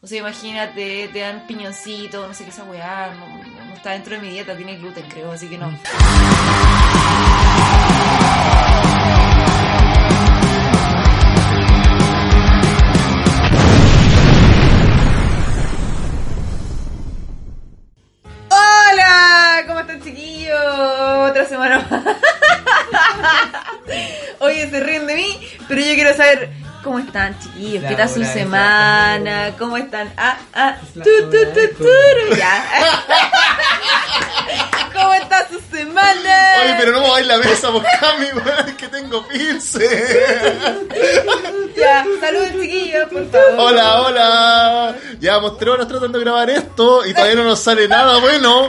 O sea, imagínate, te dan piñoncito, no sé qué esa weá, no, no- no está dentro de mi dieta, tiene gluten, creo, así que no. ¡Hola! ¿Cómo están, chiquillos? Otra semana más. Oye, se ríen de mí, pero yo quiero saber cómo están, chiquillos, qué tal su Laura, semana, exactamente. cómo están. Ah, ah, tu, La tu, tu, hora turu, ya. ¿Cómo está su semana? Oye, pero no mováis la mesa, por Cami, weón, que tengo pince. Ya, saluden, chiquillos, por favor. Hola, hola. Llevamos tres horas tratando de grabar esto y todavía no nos sale nada bueno.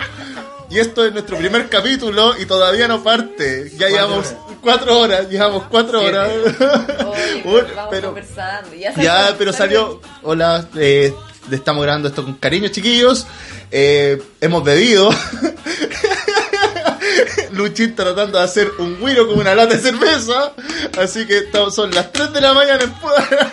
Y esto es nuestro primer capítulo y todavía no parte. Ya llevamos cuatro horas, llevamos cuatro horas. Oye, Bueno, vamos pero, conversando. Ya, ya, salió- pero salió. Hola, eh, le estamos grabando esto con cariño, chiquillos. Eh, hemos bebido. Luchín tratando de hacer un guiro con una lata de cerveza. Así que estamos- son las 3 de la mañana en Puebla.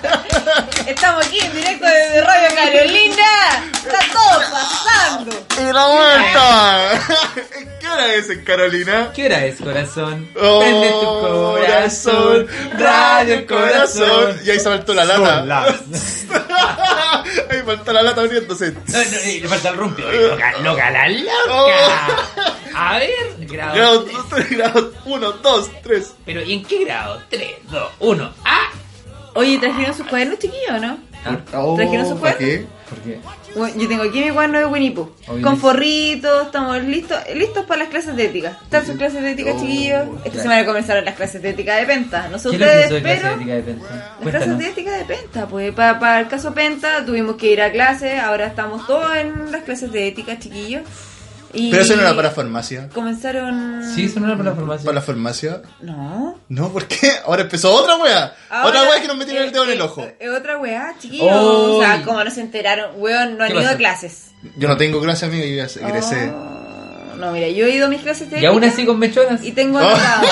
Estamos aquí en directo desde Radio Carolina. Está todo pasando. ¡Y la muerta! ¿Qué hora es en Carolina? ¿Qué hora es, corazón? Oh, Prende tu corazón, radio corazón. Y ahí se faltó la Son lata. las- ahí faltó la lata abriéndose. No, no, eh, le falta el rumpi. Oye, Loca, loca, la loca. Oh. A ver, grado. Grados tres. 3, grados 1, 2, 3. Pero ¿y en qué grado? 3, 2, 1. ¡Ah! Oye, ¿trajeron sus cuadernos, chiquillos, o no? ¿Trajeron su ¿Para cuerno? qué? ¿Por qué? Bueno, yo tengo aquí mi cuaderno de Winnie Pooh. Obvio. Con forritos, estamos listos listos para las clases de ética. ¿Están sus clases de ética, Oh, chiquillos? Esta claro. semana comenzaron las clases de ética de Penta. No sé ¿Qué es lo que ustedes, hizo de clase de pero... ética de pensa? Las clases Cuéntanos. de ética de Penta, pues para, para el caso Penta tuvimos que ir a clase, ahora estamos todos en las clases de ética, chiquillos. Y Pero eso no era para farmacia. Comenzaron... Sí, eso no era para la ¿Para formación. la farmacia? No. No, ¿por qué? Ahora empezó otra wea. Ahora, otra wea que nos metieron el dedo en el eh, ojo. eh, otra weá, chiquillos. ¡Oh! O sea, como no se enteraron, weón, no han ¿Qué ido a pasó? clases. Yo no tengo gracias, amigo, yo ya egresé. Oh, no, mira, yo he ido a mis clases de Y aún ética así con mechonas. y Oh, tengo anotado.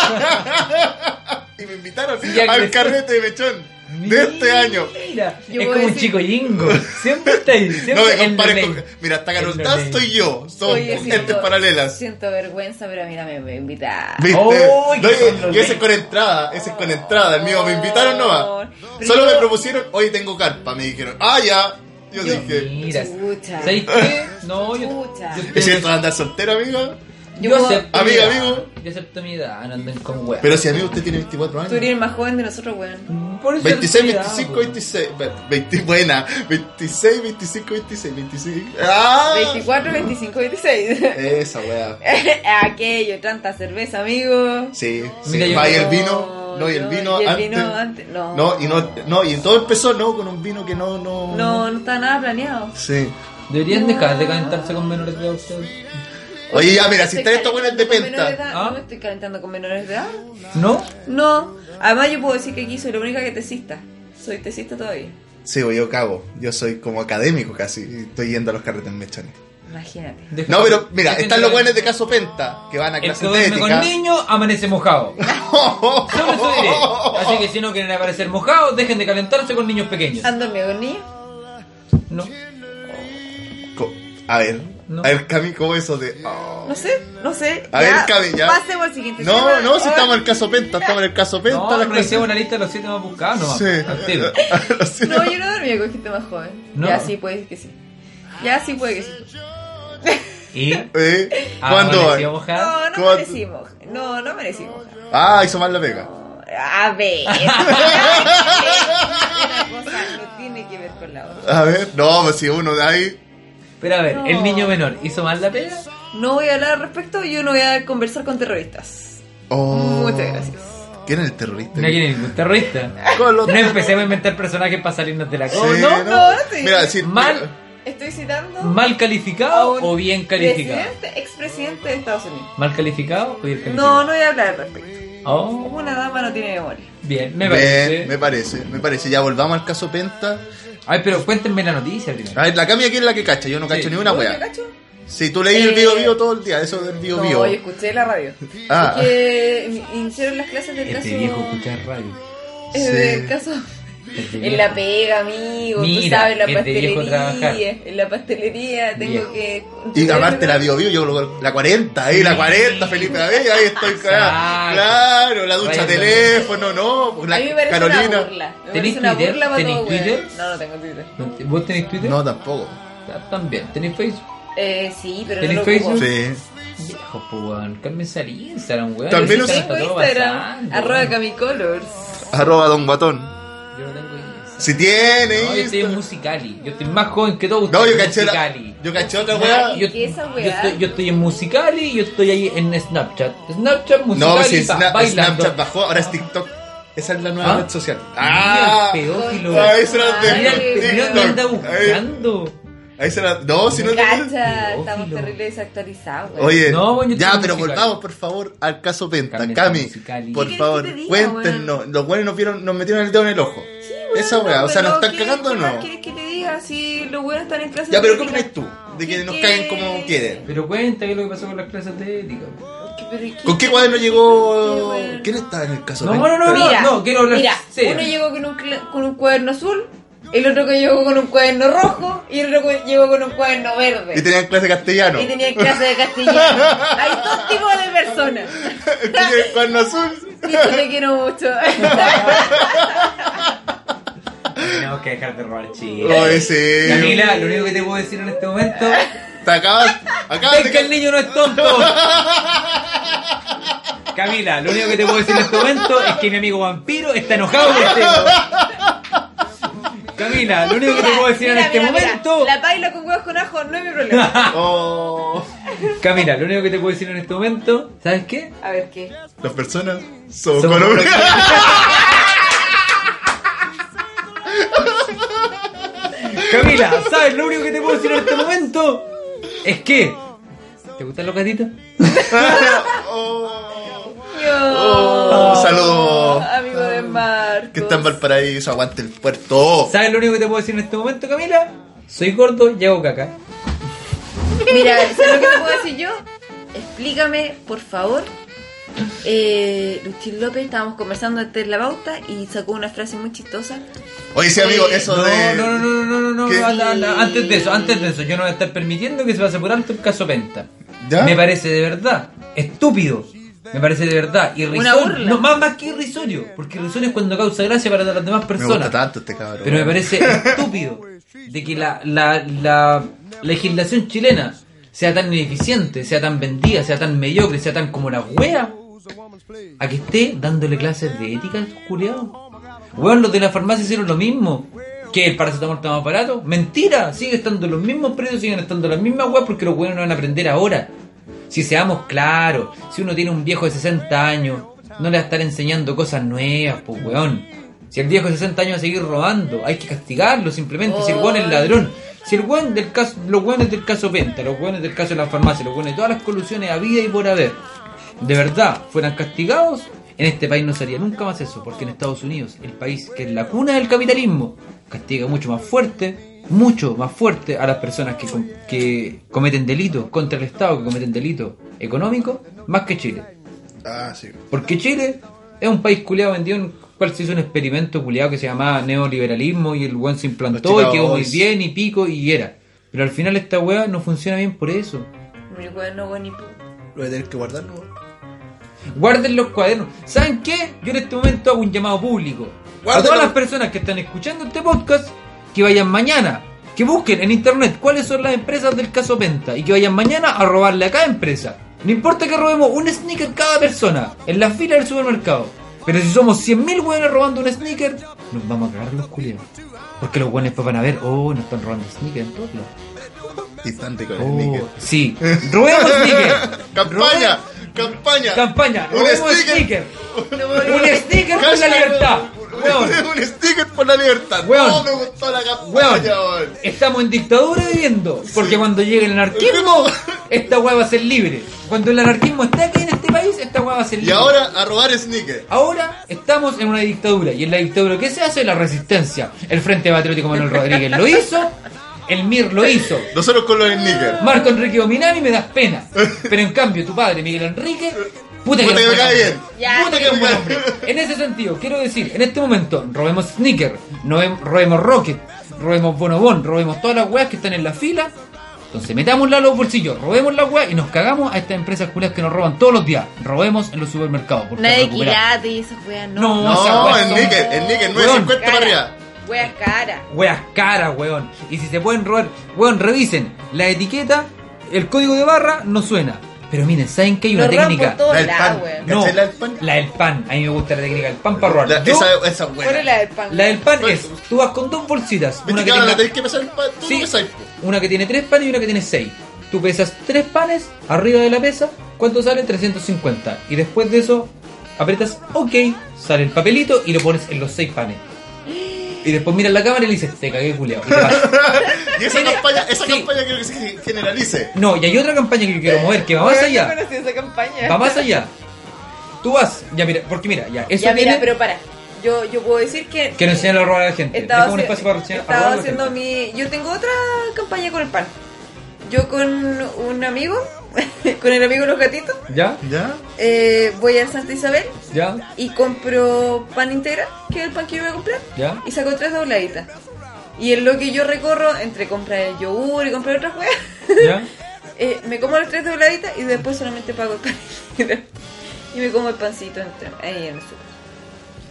Y me invitaron Sí, ya al egresé. carrete de mechón de Mira. este año. Mira, Yo voy es a como un decir- chico yingo. Siempre está ahí. Siempre No me el compares remake. con... Mira, está Carol El Dance, remake. estoy yo. Somos Oye, gentes siento- paralelas. Siento vergüenza, pero mira, me, me invitaron. ¿Viste? Oh, No, que y- son los y ese es reyes. con entrada, ese es con entrada, el mío. Me invitaron nomás. Pero Solo yo- me propusieron, hoy tengo carpa, me dijeron. Ah, ya. Yo Yo- dije. Mira, Chucha. ¿sabes qué? No, yo. Chucha. yo- ¿Es cierto de andar soltero, amigo? Yo, Yo- acepto. Amigo, mi edad. amigo. Yo acepto mi edad, no anden con weas. Pero si, amigo, usted tiene 24 años. Tú eres el más joven de nosotros, weón. Por eso 26, yo acepto mi 25, edad, po. 26. 20, buena. 26, 25, 26, 26. ¡Ah! 24, 25, 26. Esa wea. Aquello, tanta cerveza, amigo. Sí, sí. Mira, yo- Va, y el vino. No, y el no, vino y el antes. vino antes, no. No, y no, no, y todo empezó, no, con un vino que no, no. No, no está nada planeado. Sí. Deberían dejar de calentarse con menores de edad ustedes. Oye, ya, mira, si Estoy están estos buenos de calentando con menores de penta. edad. ¿Ah? No me estoy calentando con menores de edad. ¿No? No, además yo puedo decir que aquí soy la única que tesista. Soy tesista todavía. Sí, güey, yo cago. Yo soy como académico casi. y Estoy yendo a los carretes mechones. Imagínate. Deja- No, pero mira, Dejen están los de- buenos de caso penta que van a El que clases de duerme con ética. niños amanece mojado. Solo eso diré. Así que si no quieren aparecer mojados, dejen de calentarse con niños pequeños. ¿Han dormido con niños? No. Co- A ver, No. a ver, Cami, ¿cómo eso de.? oh. No sé, no sé. A ver, Cami, ya. Pasemos al siguiente No, tema. no, si Ay, estamos en el caso penta, estamos en el caso penta. No, las no hicimos clases. una lista de los siete más buscados nomás. Sí. Al tiro. No, yo no dormía con gente más joven. No. Ya sí, puede que sí. Ya sí, puede que sí. ¿Y? ¿Eh? ¿Cuándo ¿Cuándo? van? mojado? Ah, No, no ¿Cuánto? merecimos. No, no merecimos. Ah, hizo mal la pega. A ver. Una cosa no tiene que ver con la otra. A ver, no, pues si uno de ahí. Pero a ver, No. el niño menor, ¿hizo mal la pega? No voy a hablar al respecto, yo no voy a conversar con terroristas. Oh. Muchas gracias. ¿Quién es el terrorista? No quiere ningún terrorista. Con los- No empecemos a inventar personajes para salirnos de la Sí, cosa. ¿no? no, sí. Mira, si. Mal, Estoy citando mal a calificado un o bien calificado. Presidente, expresidente de Estados Unidos. Mal calificado o bien No, calificado. no voy a hablar al respecto. Oh, Una dama no tiene memoria. bien, me Me parece. parece. me parece, me parece. Ya volvamos al caso Penta. Ay, pero cuéntenme la noticia primero. A ver, la Cami aquí es la que cacha, yo no cacho Sí. ni una Oye, wea. ¿cacho? Si tú leí Eh, el bio bio todo el día, eso del bio No, bio. yo escuché la radio. Ah, Que iniciaron las clases del Este caso. viejo escucha radio. Este eh, del Sí. caso. En la pega, amigo, tú Mira, sabes, la es de viejo pastelería. trabajar. En la pastelería tengo Viejo. que. Y aparte la bio bio, yo lo- la 40, ahí la 40, Felipe Abella, ahí estoy cagada. Exacto. Claro, la ducha Rayos teléfono, no, pues A la mí me parece una Carolina. burla. Me ¿Tenés parece una Twitter? burla para ¿Tenés todo, weón. Twitter? No, no tengo Twitter. ¿Vos tenés Twitter? No, tampoco. Ta- También. ¿Tenéis Facebook? Eh, sí, pero no ¿Tenés lo ocupo. Facebook? Sí. Viejo, pues, weón. Cálmense al Instagram, weón. También Ese lo- está Tengo todo Instagram, pasando, arroba weón. camicolors. Arroba Don Guatón. Yo no tengo Instagram. Si tiene No, yo estoy en Insta- Musicali. Yo estoy más joven que todos. No, yo ustedes en caché la. Musical.ly. Yo caché otra Ay, weá. Yo, ¿Qué es esa yo weá? estoy, yo estoy en Musicali y yo estoy ahí en Snapchat. Snapchat, Musicali, No, pues si pa- Sna- bailando. Snapchat bajó, ahora es TikTok. Esa es la nueva ¿Ah? red social. Mira, ¡Ah! pedófilo. Ahí se la Mira Ay, el TikTok. pedófilo que anda tengo. Ahí- buscando. Ahí se la. No, si no te. Cacha, Pedófilo. estamos terrible desactualizados, weón. Oye, No, bueno, yo ya, tengo pero musical. volvamos por favor al caso Penta. Cambia Cami, esta musical y- por ¿Qué quieres favor, que te diga, cuéntenos. Los buenos nos, vieron, nos metieron el dedo en el ojo. Esa weá, o sea, nos están cagando o no. pero no. ¿qué- ¿Qué quieres que te diga? Si los buenos están en clase Ya, pero de ¿qué ética. opinas tú? De que ¿Qué nos quieres? caguen como quieren. Pero cuenta qué es lo que pasó con las clases de ética. ¿Qué- pero qué- ¿Con qué cuaderno llegó? ¿Quién estaba en el caso No, Penta? no, no, no. Mira, quiero hablar mira, serio. uno llegó con un, cl- con un cuaderno azul, el otro que llegó con un cuaderno rojo y el otro que llegó con un cuaderno verde. Y tenían clase de castellano. Y tenían clase de castellano. Hay dos tipos de personas. El que tiene el cuaderno azul. Y yo te quiero mucho. Tenemos que dejar de robar chistes. Oh, ese. Camila, lo único que te puedo decir en este momento Te acabas. acabas es de que el niño no es tonto. Camila, lo único que te puedo decir en este momento es que mi amigo vampiro está enojado contigo. Camila, lo único que te puedo decir en Mira, este mira, mira, momento. La paila con huevos con ajo no es mi problema. Oh, Camila, lo único que te puedo decir en este momento, ¿sabes qué? A ver qué. las personas son, Somos colores. Camila, ¿sabes lo único que te puedo decir en este momento? Es que. ¿Te gustan los gatitos? Oh, Yo. oh, saludos. Amigo de Marcos. Que está en Valparaíso, aguante el puerto. ¿Sabes lo único que te puedo decir en este momento, Camila? Soy gordo y hago caca. Mira, ¿sabes lo que te puedo decir yo? Explícame, por favor. Eh, Luchín López, estábamos conversando antes de la pauta y sacó una frase muy chistosa. Oye, sí, amigo, eso No, de. no, no, no, no, no, no, ¿Qué? anda, anda, antes de eso, antes de eso, yo no voy a estar permitiendo que se pase por alto el caso Penta. ¿Ya? Me parece de verdad estúpido. Me parece de verdad burla. irrisorio. No, más, más que irrisorio. Porque irrisorio es cuando causa gracia para las demás Me gusta personas. tanto este cabrón. Pero me parece estúpido de que la, la, la legislación chilena sea tan ineficiente, sea tan vendida, sea tan mediocre, sea tan como la wea. A que esté dándole clases de ética a estos culiados. Weón, los de la farmacia hicieron lo mismo. Que el paracetamol está más barato. Mentira, sigue estando los mismos precios, siguen estando las mismas weas porque los weones no van a aprender ahora. Si seamos claros, si uno tiene un viejo de 60 años, no le va a estar enseñando cosas nuevas, pues weón. Si el viejo de 60 años va a seguir robando, hay que castigarlo simplemente. Si el weón es ladrón, si el weón del caso, los weones del caso Penta, los weones del caso de la farmacia, los weones de todas las colusiones a vida y por haber, de verdad fueran castigados, en este país no sería nunca más eso, porque en Estados Unidos, el país que es la cuna del capitalismo, castiga mucho más fuerte, mucho más fuerte a las personas que, com- que cometen delitos contra el Estado, que cometen delitos económicos, más que Chile. Ah, sí. Porque Chile es un país culiado vendido en el cual se hizo un experimento culiado que se llamaba neoliberalismo y el weón se implantó Los y quedó muy Chicago Boys. bien y pico y era. Pero al final esta weá no funciona bien por eso. Mi cuaderno bonito. Lo voy a tener que guardar, ¿no? Guarden los cuadernos. ¿Saben qué? Yo en este momento hago un llamado público. Guarden a todas los- las personas que están escuchando este podcast, que vayan mañana, que busquen en internet cuáles son las empresas del caso Penta y que vayan mañana a robarle a cada empresa. No importa que robemos un sneaker cada persona en la fila del supermercado. Pero si somos 100.000 hueones robando un sneaker, nos vamos a cagar los culiados. Porque los hueones después van a ver, oh, nos están robando sneakers en todos lados. Distante con el níquel. Oh, sí, robemos sneakers. Campaña, campaña. Campaña, Un robemos sticker. sticker. Un sticker por la Hashtag- libertad. Weón, Un sticker por la libertad. Weón. No me gustó la campaña, weón. weón. Estamos en dictadura viviendo. Porque cuando llegue el anarquismo, esta weá va a ser libre. Cuando el anarquismo esté aquí en este país, esta weá va a ser Y libre. ahora a robar sneaker. Ahora estamos en una dictadura. Y en la dictadura, ¿qué se hace? La resistencia. El Frente Patriótico Manuel Rodríguez lo hizo. El MIR lo hizo. Nosotros con los sneakers. Marco Enrique Dominami me das pena. Pero en cambio, tu padre, Miguel Enrique, Puta que Puta que no me cae fue bien. Ya, Puta sí. que me un buen hombre. En ese sentido, quiero decir, en este momento, robemos Sneaker, no em- robemos Rocket, robemos Bonobon, robemos todas las weas que están en la fila. Entonces, metámosla a los bolsillos, robemos las weas y nos cagamos a estas empresas culias que nos roban todos los días. Robemos en los supermercados. porque Nadie recuperar- quilate, esas weas no. No, No, esas en weas son- níquel, en níquel, Weón. 9.50 para arriba. Weas cara. Weas caras, weón. Y si se pueden robar, weón, revisen. La etiqueta, el código de barra no suena. Pero miren, ¿saben que hay una Lo roban técnica? por todos La del lados, pan. weón. No, ¿Cachai la del pan? la del pan. A mí me gusta la técnica del pan para robar. La- Yo- esa, esa es buena. ¿Cuál es la del pan? La del pan Bueno. es, tú vas con dos bolsitas. Viste que que ahora la tenga- tenés que pesar el pan. Tú Sí, no pesas. una que tiene tres panes y una que tiene seis. Tú pesas tres panes arriba de la pesa, ¿cuánto sale? 350. Y después de eso, aprietas OK, sale el papelito y lo pones en los seis panes. Y después miras la cámara y le dices, te cagué, culiao. y te vas. Y esa Tiene- campaña, esa sí. campaña quiero que se generalice. No, y hay otra campaña que yo quiero mover, que va más Weón, yo allá. conocí esa campaña. Va más allá. Tú vas, ya mira, porque mira, ya, eso ya, mira, tiene- pero para. Yo, yo puedo decir que. Quiero enseñarle a robar a la gente. Estaba, Deja un haci- espacio para enseñar a estaba robar a la haciendo gente. mi. Yo tengo otra campaña con el pan. Yo con un amigo, con el amigo de los gatitos, ¿Ya? ¿Ya? eh, voy a Santa Isabel ¿Ya? y compro pan integral, que es el pan que yo voy a comprar, ¿Ya? y saco tres dobladitas. Y en lo que yo recorro, entre comprar el yogur y comprar otras weas, ¿Ya? eh, me como las tres dobladitas y después solamente pago el pan integral. Y me como el pancito entre- ahí en el súper.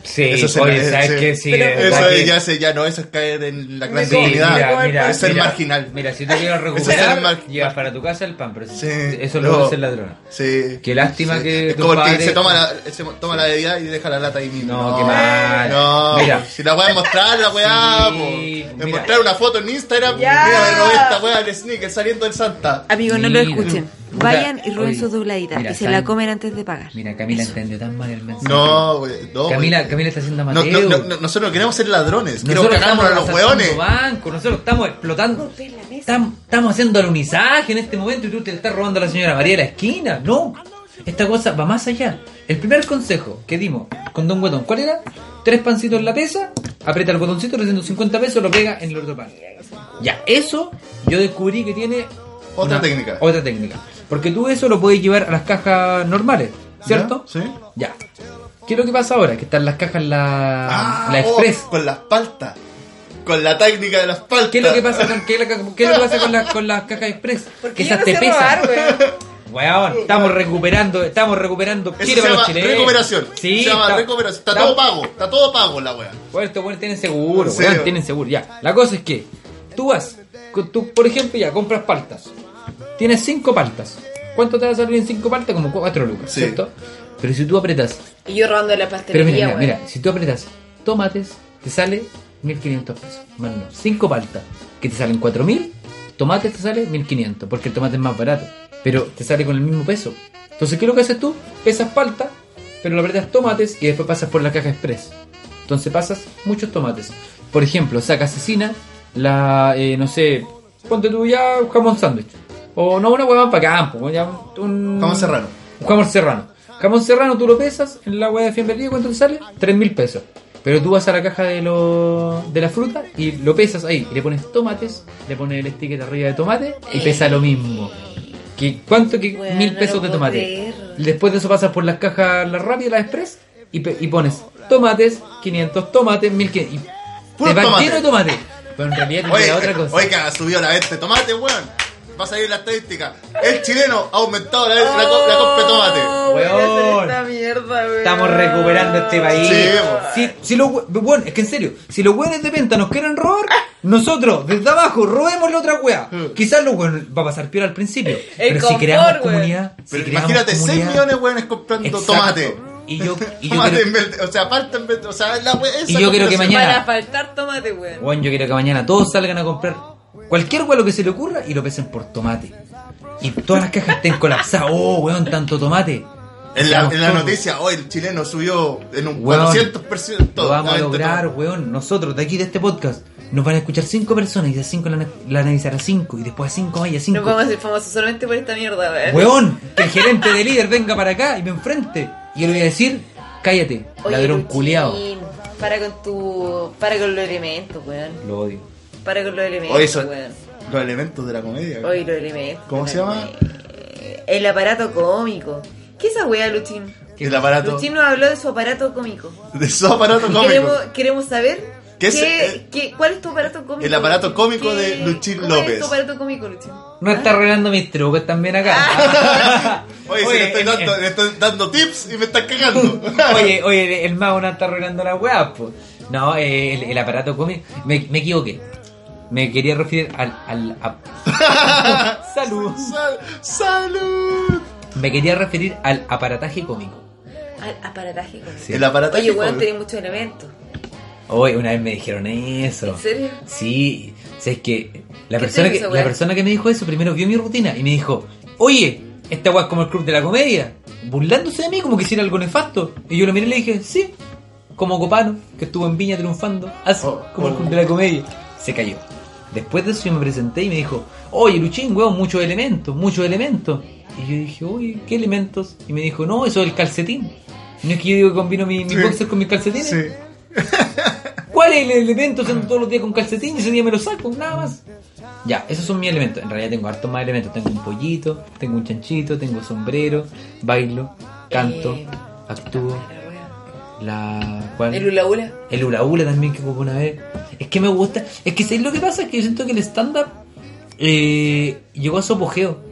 Sí, Eso se oye, la- ¿sabes sí. qué? Sí, Pero- de verdad Eso Eh, que- es, ya, se, ya no, eso es caer en la Me clase Sí, como- comunidad. mira, mira, es ser mira. marginal. Mira, si te quieres Ese es el recuperar, mar- llevas para tu casa el pan, pero Sí. eso No. lo hace el ladrón. Sí. Qué lástima Sí. que Es tus como el que padres- se toma la, se toma la bebida y deja la lata ahí mismo. No, qué mal. No, Mira. po, si la voy a mostrar, la weá, Sí, po. mira. Es mostrar una foto en Instagram. Ya. Mira, me robé esta weá del sneaker saliendo del Santa. Amigos, no lo Mira. escuchen. Puta, Vayan y roben oye, sus dobladitas mira, y se la San- comen antes de pagar. Mira, Camila entendió tan mal el mensaje. No, wey, no. Camila, wey. Camila está haciendo a No, Mateo. no, no, no, nosotros no queremos ser ladrones, queremos Nosotros cagarnos estamos a los asaltando weones. bancos, nosotros estamos explotando. Golpeen la mesa. Estamos, estamos haciendo alunizaje en este momento y tú te la estás robando a la señora María de la esquina. No, esta cosa va más allá. El primer consejo que dimos con Don Guatón, ¿cuál era? Tres pancitos en la pesa, aprieta el botoncito, 350 pesos, lo pega en el otro pan. Ya, eso yo descubrí que tiene Otra técnica. Otra técnica. Porque tú eso lo puedes llevar a las cajas normales, ¿cierto? ¿Ya? Sí. Ya. ¿Qué es lo que pasa ahora? Que están las cajas la, Ah, la oh, express. con las paltas. Con la técnica de las paltas. ¿Qué es lo que Ah. pasa con, qué es lo que- qué es lo que pasa con, la- con las cajas express? Porque Que yo esas no te sé pesan. robar, weón. Weón, estamos recuperando, estamos recuperando Eso Chile se para los llama chilenos. recuperación. Sí, se llama está- recuperación. Está, está- todo pago, está todo pago la wea. Bueno, estos buenos tienen seguro, ¿En serio? weón, tienen seguro, ya. La cosa es que tú vas, con tú, por ejemplo, ya compras paltas. Tienes cinco paltas. ¿Cuánto te va a salir en cinco paltas? Como cuatro lucas, Sí. ¿cierto? Pero si tú apretas, Y yo robando la pero mira, pastelería, mira, weón. mira, si tú apretas tomates, te sale 1500 pesos. Más no, cinco paltas, que te salen 4000, tomates te sale 1500, porque el tomate es más barato, pero te sale con el mismo peso. Entonces, ¿qué es lo que haces tú? Pesas palta, pero lo apretas tomates y después pasas por la caja express. Entonces pasas muchos tomates. Por ejemplo, sacas cecina, la, eh, no sé, ponte tú ya un jamón sándwich. O no, una hueva para campo, ya un... Jamón serrano. Un jamón serrano. Jamón serrano tú lo pesas en la hueá de fiambrería, ¿cuánto te sale? 3 mil pesos. Pero tú vas a la caja de, lo, de la fruta y lo pesas ahí. Y le pones tomates, le pones el sticker arriba de tomate y pesa lo mismo. ¿Qué, ¿Cuánto que Eh. Bueno, mil pesos no de puedo tomate? creer. Después de eso pasas por las cajas, la rápida, la express y, pe- y pones tomates, 500 tomates, 1500. Y Puros te va tomates. lleno de tomates. Pero en realidad te Oye, queda otra cosa. oye, que ha subido la venta de tomate, weón. Va a salir la estadística. El chileno ha aumentado la, la, co- la compra de tomate. Oh, voy a hacer Weón. esta mierda, weón. Estamos recuperando este país. Sí, si, si los hue- bueno, es que en serio, si los hueones de venta nos quieren robar, nosotros desde abajo robemos la otra hueá. Quizás los hueones va a pasar peor al principio, pero si confort, creamos weón. comunidad, si Pero creamos imagínate, 6 comunidad- millones de weones comprando Exacto. tomate. Y yo, y yo Tomate creo- en vez de- o sea, palta en vez de- O sea, la wea- esa Y yo creo que combinación. mañana- Van a faltar tomate, weón. Bueno, yo quiero que mañana todos salgan a comprar cualquier hueá lo que se le ocurra y lo pesen por tomate. Y todas las cajas estén colapsadas. Oh, weón, tanto tomate. En la, Seamos en la todos. noticia, hoy el chileno subió en un Weón, 400%. Lo vamos la a venta de lograr, tomate. weón. Nosotros, de aquí, de este podcast, nos van a escuchar cinco personas y de cinco la, la analizar a cinco y después a cinco más y a cinco. Nos vamos a hacer famosos solamente por esta mierda, weón. Weón, que el gerente de líder venga para acá y me enfrente. Y yo le voy a decir, cállate, Oye, ladrón Luchín, culiao. Para con tu. Para con los elementos, weón. Lo odio. Para con los elementos, Oye, eso- weón. los elementos de la comedia. Oye, los elementos. ¿Cómo se llama? Eh, El aparato cómico. ¿Qué ¿Qué es esa wea, Luchín? ¿Qué El aparato. Luchín nos habló de su aparato cómico. De su aparato cómico. Queremos, queremos saber ¿Qué es- qué- eh, qué- cuál es tu aparato cómico. el aparato cómico ¿Qué- de Luchín cuál López? Es tu aparato cómico, Luchín. No está arreglando mis trucos también acá. Oye, si Oye, le estoy, en- dando, en- le estoy dando tips y me están cagando. oye, oye, el- el mago no está arreglando la weá, po. No, eh, el, el aparato cómico. Me, me equivoqué. Me quería referir al. al a- Salud. Sal- ¡Salud! Me quería referir al aparataje cómico. Al aparataje cómico. Sí. El aparato Oye, bueno, tiene muchos elementos. Hoy una vez me dijeron eso. ¿En serio? Sí, o sea, es que la ¿Qué persona te que, hizo, weá? la persona que me dijo eso primero vio mi rutina y me dijo, oye, esta weá es como el club de la comedia, burlándose de mí como que hiciera algo nefasto. Y yo lo miré y le dije, sí, como Copano, que estuvo en Viña triunfando, así Oh, como el oh. club de la comedia. Se cayó. Después de eso yo me presenté y me dijo, oye Luchín, weón, muchos elementos, muchos elementos. Y yo dije, oye, ¿qué elementos? Y me dijo, no, eso es el calcetín. No es que yo digo que combino mi, mi Sí. boxer con mis calcetines. Sí. ¿Cuál es el elemento? Siendo todos los días con calcetín y ese día me lo saco, nada más. Ya, esos son mis elementos. En realidad tengo hartos más elementos. Tengo un pollito, tengo un chanchito, tengo sombrero, bailo, canto, Eh, actúo. La wea. La. ¿Cuál? El hula hula. El hula hula también que ocupó una vez. Es que me gusta. Es que ¿sabes lo que pasa? Es que yo siento que el stand-up eh, llegó a su apogeo.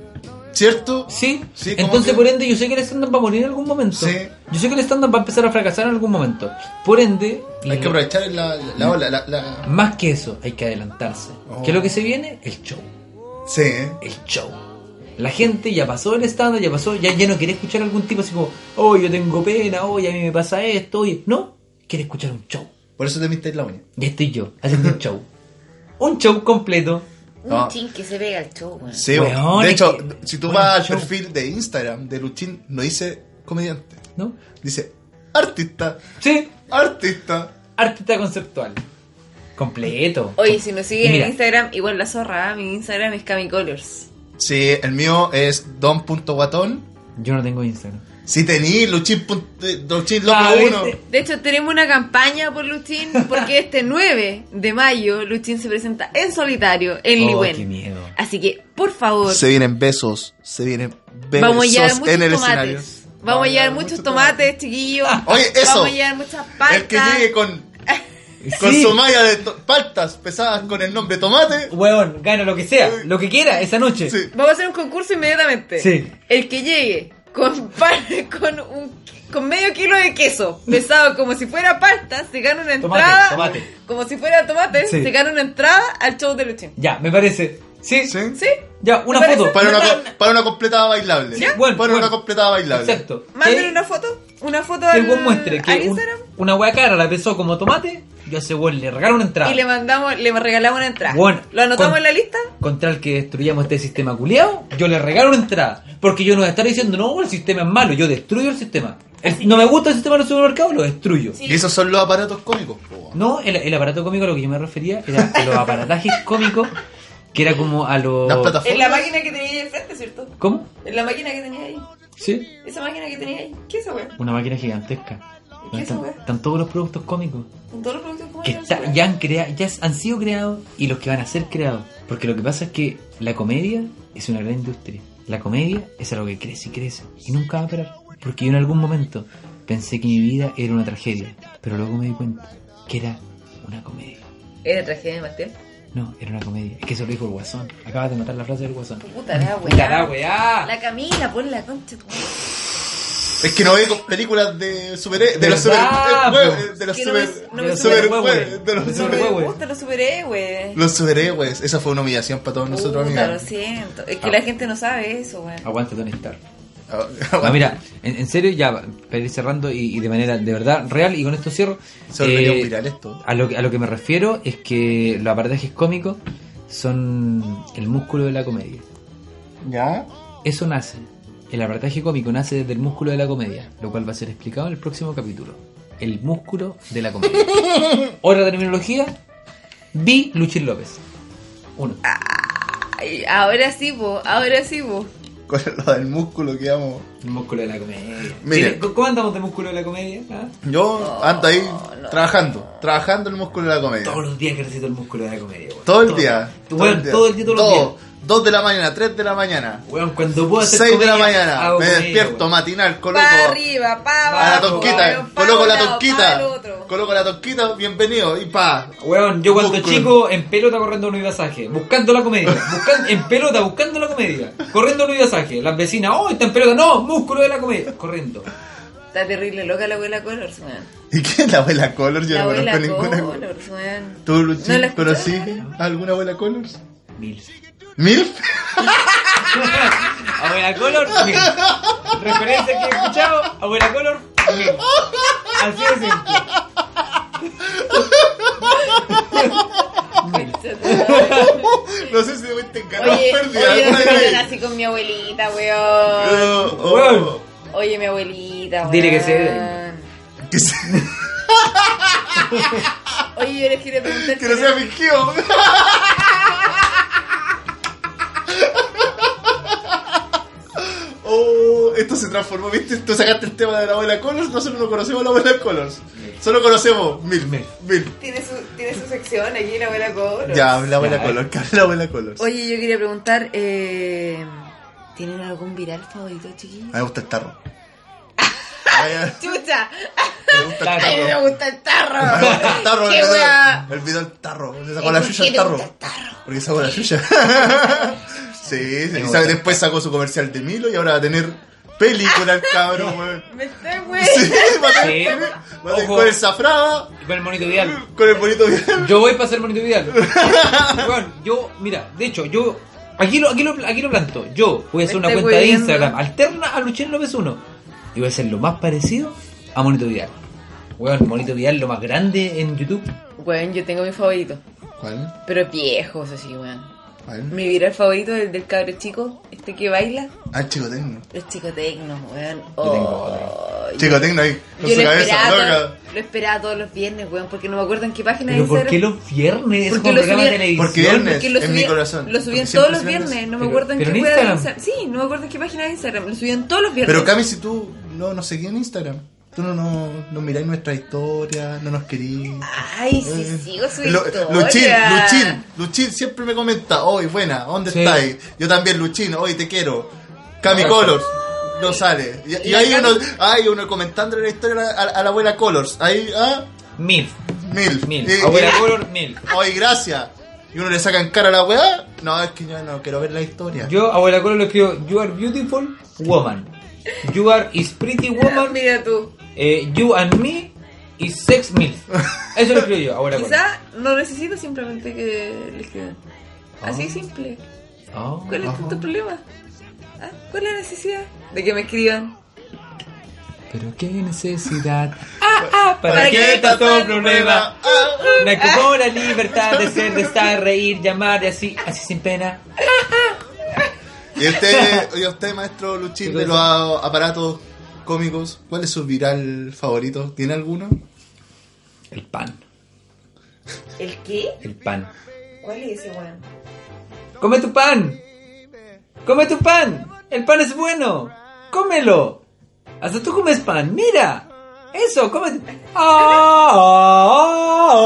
¿Cierto? Sí, Sí, como entonces que- por ende yo sé que el stand-up va a morir en algún momento. Sí. Yo sé que el stand-up va a empezar a fracasar en algún momento. Por ende. Hay que eh, aprovechar la, la, la ola. La, la- más que eso, hay que adelantarse. Oh. ¿Qué es lo que se viene? El show. Sí, ¿eh? El show. La gente ya pasó el estándar, ya pasó, ya, ya no quiere escuchar algún tipo así como, oh, yo tengo pena, oh, a mí me pasa esto, oye. No, quiere escuchar un show. Por eso te viste la uña. Y estoy yo, haciendo un show. Un show completo. Un No. chin que se pega al show, weón. Sí, Weón, de es hecho, que- si tú bueno, vas al show. perfil de Instagram de Luchín, no dice comediante, ¿No? dice artista, Sí, artista. artista conceptual. Completo. Oye, si nos siguen Mira. en Instagram, igual la zorra, ¿ah? mi Instagram es Camicolors. Sí, el mío es don.guatón. Yo no tengo Instagram. Si tení Luchín, pun- eh, Luchín loco Ah, uno. ¿viste? De hecho, tenemos una campaña por Luchín, porque este 9 de mayo Luchín se presenta en solitario en Oh, Ligüen. qué miedo. Así que, por favor, Se vienen besos, se vienen besos vamos a llevar muchos en el escenario. Ah, tomates. Vamos a llevar muchos tomates, chiquillos. Oye, eso. Vamos a llevar muchas El que paltas. llegue con, con Sí. su malla de to- paltas pesadas con el nombre tomate, Weón, gana lo que sea, lo que quiera esa noche. sí, Vamos a hacer un concurso inmediatamente. Sí. El que llegue con, par- con, un, con medio kilo de queso pesado como si fuera pasta, se gana una Tomate, entrada. tomate. Como si fuera tomate, Sí. se gana una entrada al show de Luchín. Ya, me parece. Sí, Sí. ¿Sí? Ya, una ¿Te parece? foto. para, una, Una- co- para una completada bailable. Sí, bueno, para bueno. una completada bailable. Exacto. Mándenle Que- una foto. Una foto Que al, el buen muestre al que un- Instagram. una wea cara la pesó como tomate. Yo a ese weón le regalo una entrada. Y le mandamos, le regalamos una entrada. Bueno, ¿Lo anotamos con- en la lista? Contra el que destruyamos este sistema culiado, yo le regalo una entrada. Porque yo no voy a estar diciendo, no, el sistema es malo, yo destruyo el sistema. El- no me gusta el sistema de los supermercados, lo destruyo. Sí. Y esos son los aparatos cómicos. po. No, el, el aparato cómico a lo que yo me refería era a los aparatajes cómicos, que era como a los. Las plataformas. En la máquina que tenías ahí al frente, ¿cierto? ¿Cómo? En la máquina que tenías ahí. Sí. Esa máquina que tenías ahí. ¿Qué es esa weá? Una máquina gigantesca. ¿Qué es esa Están, wea? están todos los productos cómicos. Con todos los productos como que eran, está- esa weá. ya han crea- ya s- han sido creados y los que van a ser creados. Porque lo que pasa es que la comedia es una gran industria. La comedia es algo que crece y crece y nunca va a parar. Porque yo en algún momento pensé que mi vida era una tragedia, pero luego me di cuenta que era una comedia. Era tragedia de Martel. No, era una comedia. Es que eso lo dijo el guasón. Acabas de matar la frase del guasón. Puta la weá. Puta la weá. La Camila, pon la concha. tu madre. Es que no veo películas de super de ¿Verdad, los super eh, Ah, po? de los Que no me- super no me los super- superhéroes, de No los me No super- super me weá. gusta los superhéroes. los superhéroes. Esa fue una humillación para todos nosotros, Puta, lo amigos. siento. Es que Ah. la gente no sabe eso, weón. Aguanta Tony Stark. No, mira, en, en serio, ya, para ir cerrando y, y de manera de verdad real, y con esto cierro. Se volvería Eh, un viral esto. A lo, que- a lo que me refiero es que los aparatajes cómicos son el músculo de la comedia. ¿Ya? Eso nace. El aparataje cómico nace desde el músculo de la comedia, lo cual va a ser explicado en el próximo capítulo. El músculo de la comedia. Otra terminología, vi Luchín López. Uno. Ah. Ay, ahora sí, po. Ahora sí, po. Con lo del músculo que amo. El músculo de la comedia. Mire. Mire, ¿Cómo andamos de músculo de la comedia? ah? Yo ando ahí no. trabajando, trabajando el músculo de la comedia. Todos los días que necesito el músculo de la comedia, weón. Todo el día. Weón, todo el día, todos los Todo. días. 2 de la mañana, 3 de la mañana, Weón, cuando puedo hacer 6 de la comedia, mañana. hago Me comedia, despierto, weón. matinal, coloco. Para arriba, para A la abajo. tonquita, pa' coloco un la lado, pa' tonquita, el otro. coloco la tonquita, bienvenido, y pa. Weón, yo cuando Busco. chico en pelota corriendo un Ibasaje, buscando la comedia, buscan- en pelota buscando la comedia, corriendo un Ibasaje, las vecinas, oh, está en pelota, no, músculo de la comedia, corriendo. Está terrible loca la abuela Colors, weón. ¿Y qué es la abuela Colors? Yo La no conozco abuela ninguna. Colors, weón. ¿Tú, ¿No Luchín, la escuchás? conocí alguna abuela Colors? Mil. ¿Milf? Abuela Color, mil. Referencia que he escuchado, Abuela Color, mil. Así de simple. No sé si te encargas Oye, pérdida. oye, no alguna se de metan ahí. así con mi abuelita, weón. Oh, oh, Weón. Oye, mi abuelita, weón. Dile que se que se- Oye, yo les quiero preguntar. que no sea fingido. Oh, esto se transformó, ¿viste? Tú sacaste el tema de la abuela Colors, nosotros no conocemos a la abuela Colors. Solo conocemos Milf. Milf. Milf. Tiene su, tiene su sección aquí, la abuela Cobro. Ya, la abuela Ya, Colors, que hable la abuela Colors. Oye, yo quería preguntar, eh, ¿tienen algún viral favorito, chiquillos? Me gusta el tarro. Ay, Chucha, Me gusta el a mí me tarro. gusta el tarro. Me gusta el tarro, Qué el video- wea. el video del tarro. Le ¿Y sacó la por chucha qué al te tarro. gusta el tarro? Porque sacó la chucha. sí, sí. Y gusta. sabe, después sacó su comercial de Milo y ahora va a tener película el cabrón, weón. Me está, güey. Sí, va a tener, Sí. va a tener Ojo. con el zafrada, Y Con el monito vial. con el bonito bien. Yo voy para ser monito vial. Weón, yo, mira, de hecho, yo. Aquí lo, aquí, lo, aquí lo planto. Yo voy a hacer Me una estoy cuenta de hueviando. Instagram alterna a Luchín López 1. Y voy a hacer lo más parecido a Monito Vidal. Weón, Monito Vidal, lo más grande en YouTube. Weón, yo tengo mi favorito, ¿Cuál? pero viejos así, weón. Mi viral favorito es el del cabro chico, este que baila, Ah, Chico Tecno. los chicotecnos, weón. Yo tengo Oh, yo- Chico Tecno ahí, con yo su lo cabeza esperaba, loca. todo- lo esperaba todos los viernes, weón, porque no me acuerdo en qué página de Pero ¿por qué Instagram- los viernes? Es Porque un lo programa de subían- televisión. porque viernes. Porque lo en subían, mi corazón. Lo Porque subían siempre todos los es viernes. viernes, no me Pero- acuerdo en pero qué en wea de Instagram. Instagram. Sí, no me acuerdo en qué página de Instagram. Lo subían todos los viernes. Pero Cami, si tú no nos seguís en Instagram, tú no nos no miráis nuestra historia, no nos querís. Ay, sí, sigo su Lu- historia. Eh, Mm. Luchín, Luchín, Luchín siempre me comenta, hoy buena, ¿dónde Sí. estáis? Yo también, Luchín, hoy te quiero. Cami Colors, no sale. Y, y Y hay acá- uno, hay uno comentándole la historia a, a la abuela Colors. Ahí, ah, Mil, mil. mil. Y- Abuela y- Color, mil. hoy gracias. Y uno le saca en cara a la weá. No, es que yo no quiero ver la historia. Yo, Abuela Color, lo escribo: You are beautiful woman. You are is pretty woman. Mira tú. Eh, you and me y Sex Mil. Eso lo escribo yo, ahora con- Quizá no necesito simplemente que le escriban. Así de simple. Ah, ¿Cuál es Ajá. tu problema? ¿Ah? ¿Cuál es la necesidad de que me escriban? Pero qué necesidad. Ah, ah, ¿para, ¿Para qué qué tanto tanto problema? Ah, ah. Me acabó la libertad de ser, de estar, reír, llamar y así, así sin pena. Y usted, y usted, maestro Luchín, ¿Qué de los cosa? a- aparatos cómicos, ¿cuál es su viral favorito? ¿Tiene alguno? El pan, ¿El qué? el pan. ¿Cuál es ese, weón? ¡Come tu pan! ¡Come tu pan! ¡El pan es bueno! ¡Cómelo! Hasta tú comes pan, mira. Eso, come. Ah, ah, ah,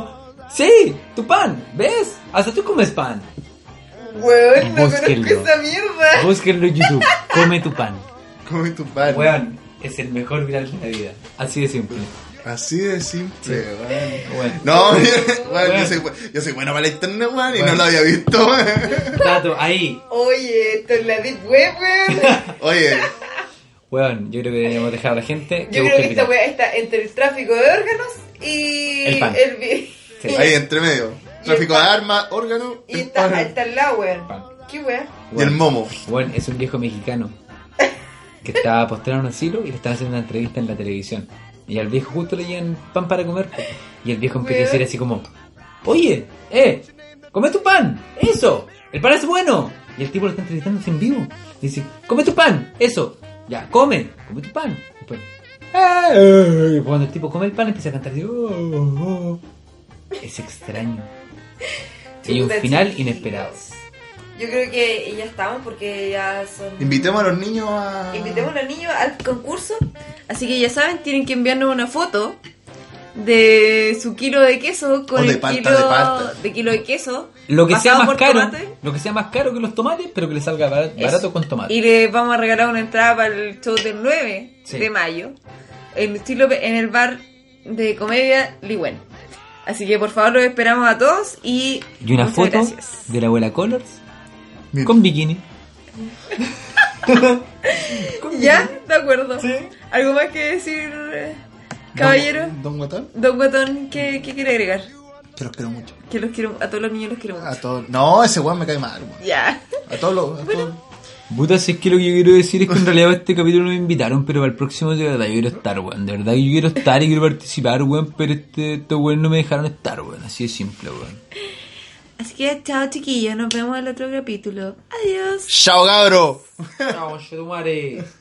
ah, ah. Sí, tu pan, ¿ves? Hasta tú comes pan. Weón, no Búsquenlo. conozco esa mierda. Búsquenlo en YouTube. Come tu pan. Come tu pan. Weón, es el mejor viral de la vida. Así de simple. Así de simple, weón. Weón. No, weón, Weón. Yo, soy, bu- yo soy bueno para la internet, weón, y Weón. no lo había visto, weón. Tato, ahí. Oye, esto es la deep web, weón. Oye, Weón, yo creo que deberíamos dejar a la gente que Yo creo busque que el esta viral. weá está entre el tráfico de órganos y El pan. vi- Sí. ahí entre medio. Tráfico de armas, órgano y el está pan, alta la weón. Pan. ¿Qué weá? y el momo. Bueno, es un viejo mexicano que estaba postrado en un asilo y le estaba haciendo una entrevista en la televisión. Y al viejo justo le llevan pan para comer. Y el viejo empieza a decir así como, oye, eh, come tu pan, eso, el pan es bueno. Y el tipo lo está entrevistando así en vivo. Dice, come tu pan, eso, ya, come, come tu pan. Después, "Ah, eh". Y cuando el tipo come el pan empieza a cantar así, "Oh, oh, oh". es extraño. Y un Chuta, final chiquillos. inesperado. Yo creo que ya estamos porque ya son. Invitemos a los niños a. Invitemos a los niños al concurso. Así que ya saben, tienen que enviarnos una foto de su kilo de queso con O de el palta, kilo de palta. de kilo de queso. Lo que sea pasado más por caro, tomate. lo que sea más caro que los tomates, pero que le salga bar- Eso. barato con tomate. Y le vamos a regalar una entrada para el show del 9 Sí. de mayo en, Luis López- en el bar de comedia Liwen. Así que por favor los esperamos a todos y, Y una muchas foto gracias. de la abuela Colors Mira. con bikini. ¿Ya? De acuerdo. ¿Algo más que decir, eh, caballero? Don, don Guatón, Don Guatón, ¿qué, qué quiere agregar? que los quiero mucho. Que los quiero, a todos los niños los quiero A mucho. todos. No, ese weón me cae mal, Ah. weón. Ya. A todos los. A todos. Puta, si es que lo que yo quiero decir es que en realidad para este capítulo no me invitaron, pero para el próximo de verdad yo quiero estar, weón. De verdad yo quiero estar y quiero participar, weón, pero este, estos weón no me dejaron estar, weón. Así de simple, weón. Así que chao chiquillos, nos vemos en el otro capítulo. Adiós. ¡Chao, cabro! Vamos, yo